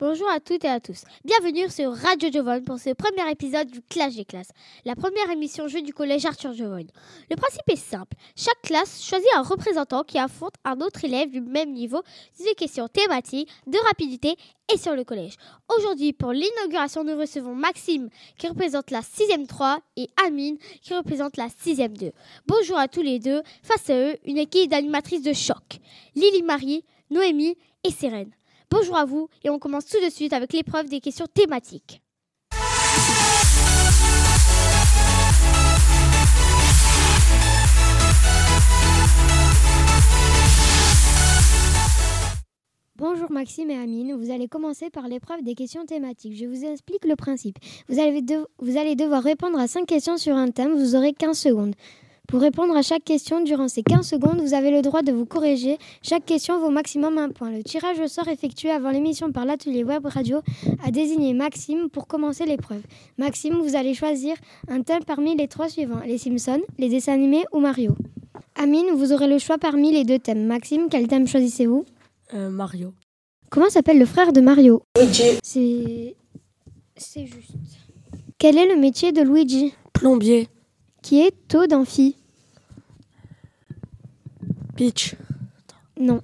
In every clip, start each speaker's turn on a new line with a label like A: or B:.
A: Bonjour à toutes et à tous. Bienvenue sur Radio Giovone pour ce premier épisode du Clash des classes, la première émission jeu du collège Arthur Giovone. Le principe est simple. Chaque classe choisit un représentant qui affronte un autre élève du même niveau sur des questions thématiques, de rapidité et sur le collège. Aujourd'hui, pour l'inauguration, nous recevons Maxime qui représente la 6e 3 et Amine qui représente la 6e 2. Bonjour à tous les deux. Face à eux, une équipe d'animatrices de choc. Lily Marie, Noémie et Sérène. Bonjour à vous et on commence tout de suite avec l'épreuve des questions thématiques.
B: Bonjour Maxime et Amine, vous allez commencer par l'épreuve des questions thématiques. Je vous explique le principe. Vous allez, de- vous allez devoir répondre à 5 questions sur un thème, vous aurez 15 secondes. Pour répondre à chaque question durant ces 15 secondes, vous avez le droit de vous corriger. Chaque question vaut maximum un point. Le tirage au sort effectué avant l'émission par l'atelier web radio a désigné Maxime pour commencer l'épreuve. Maxime, vous allez choisir un thème parmi les trois suivants, les Simpsons, les dessins animés ou Mario. Amine, vous aurez le choix parmi les deux thèmes. Maxime, quel thème choisissez-vous
C: Euh, Mario.
B: Comment s'appelle le frère de Mario C'est. C'est juste. Quel est le métier de Luigi
C: Plombier.
B: Qui est Toad en fille
C: Peach.
B: Non.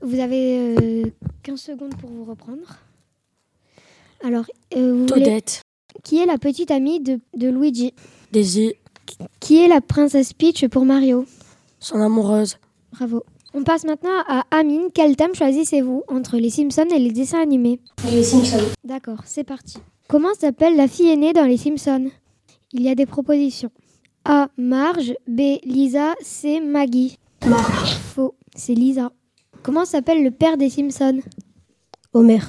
B: Vous avez euh, 15 secondes pour vous reprendre. Alors, euh, vous voulez-
C: Todette.
B: qui est la petite amie de, de Luigi
C: Daisy.
B: Qui est la princesse Peach pour Mario
C: Son amoureuse.
B: Bravo. On passe maintenant à Amine. Quel thème choisissez-vous entre les Simpsons et les dessins animés
D: Les Simpsons.
B: D'accord, c'est parti. Comment s'appelle la fille aînée dans Les Simpsons Il y a des propositions. A. Marge. B. Lisa. C. Maggie. Marge. Faux, c'est Lisa. Comment s'appelle le père des Simpsons
C: Homer.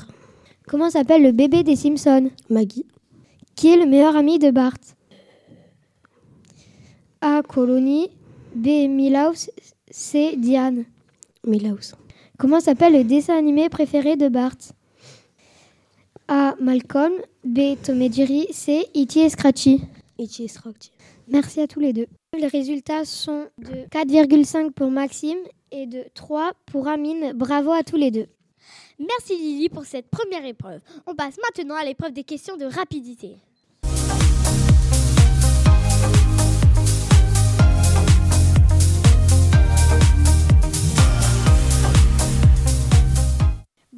B: Comment s'appelle le bébé des Simpsons
C: Maggie.
B: Qui est le meilleur ami de Bart A. Colony. B. Milhouse. C. Diane.
C: Milhouse.
B: Comment s'appelle le dessin animé préféré de Bart A. Malcolm, B. Tom et Jerry, C. Itty et Scratchy.
C: Itchy et Scratchy.
B: Merci à tous les deux. Les résultats sont de 4,5 pour Maxime et de 3 pour Amine. Bravo à tous les deux.
A: Merci Lily pour cette première épreuve. On passe maintenant à l'épreuve des questions de rapidité.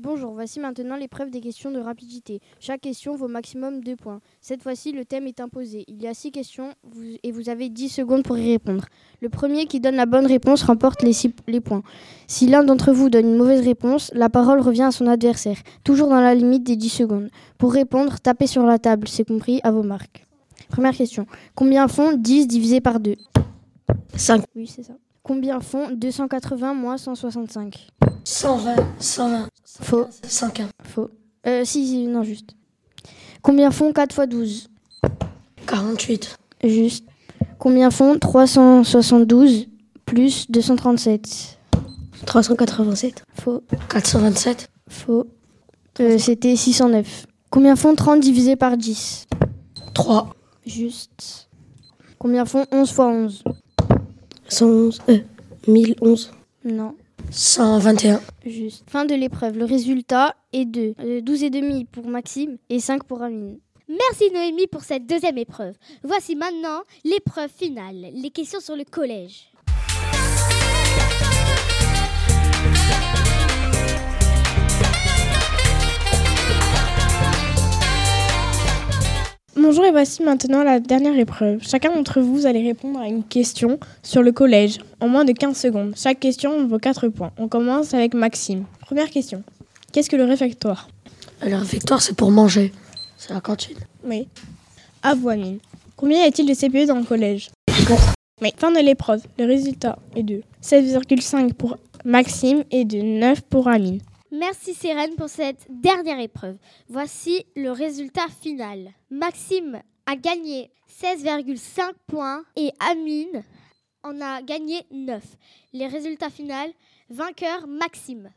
E: Bonjour, voici maintenant l'épreuve des questions de rapidité. Chaque question vaut maximum 2 points. Cette fois-ci, le thème est imposé. Il y a 6 questions vous- et vous avez 10 secondes pour y répondre. Le premier qui donne la bonne réponse remporte les, six- les points. Si l'un d'entre vous donne une mauvaise réponse, la parole revient à son adversaire, toujours dans la limite des 10 secondes. Pour répondre, tapez sur la table, c'est compris, à vos marques. Première question. Combien font 10 divisé par 2
C: 5.
E: Oui, c'est ça. Combien font 280 moins 165
D: 120, 120,
E: Faux.
D: 115,
E: Faux. Euh, si, si, non, juste. Combien font 4 x 12
D: 48,
E: Juste. Combien font 372 plus 237
C: 387.
E: Faux.
D: 427,
E: Faux. Euh, C'était 609. Combien font 30 divisé par 10
D: 3,
E: Juste. Combien font 11 x 11
C: 111. Euh, 1011.
E: Non.
D: 121,
E: Juste. Fin de l'épreuve. Le résultat est Euh, 2. 12,5 pour Maxime et 5 pour Amine.
A: Merci Noémie pour cette deuxième épreuve. Voici maintenant l'épreuve finale, les questions sur le collège.
F: Bonjour et voici maintenant la dernière épreuve. Chacun d'entre vous allez répondre à une question sur le collège en moins de 15 secondes. Chaque question vaut 4 points. On commence avec Maxime. Première question. Qu'est-ce que le réfectoire
D: Le réfectoire, c'est pour manger. C'est la cantine.
F: Oui. Avoine. Combien y a-t-il de CPE dans le collège
D: Quatre.
F: Oui. Fin de l'épreuve. Le résultat est de 16,5 pour Maxime et de 9 pour Amine.
A: Merci Sérène pour cette dernière épreuve. Voici le résultat final. Maxime a gagné 16,5 points et Amine en a gagné 9. Les résultats finaux, vainqueur Maxime.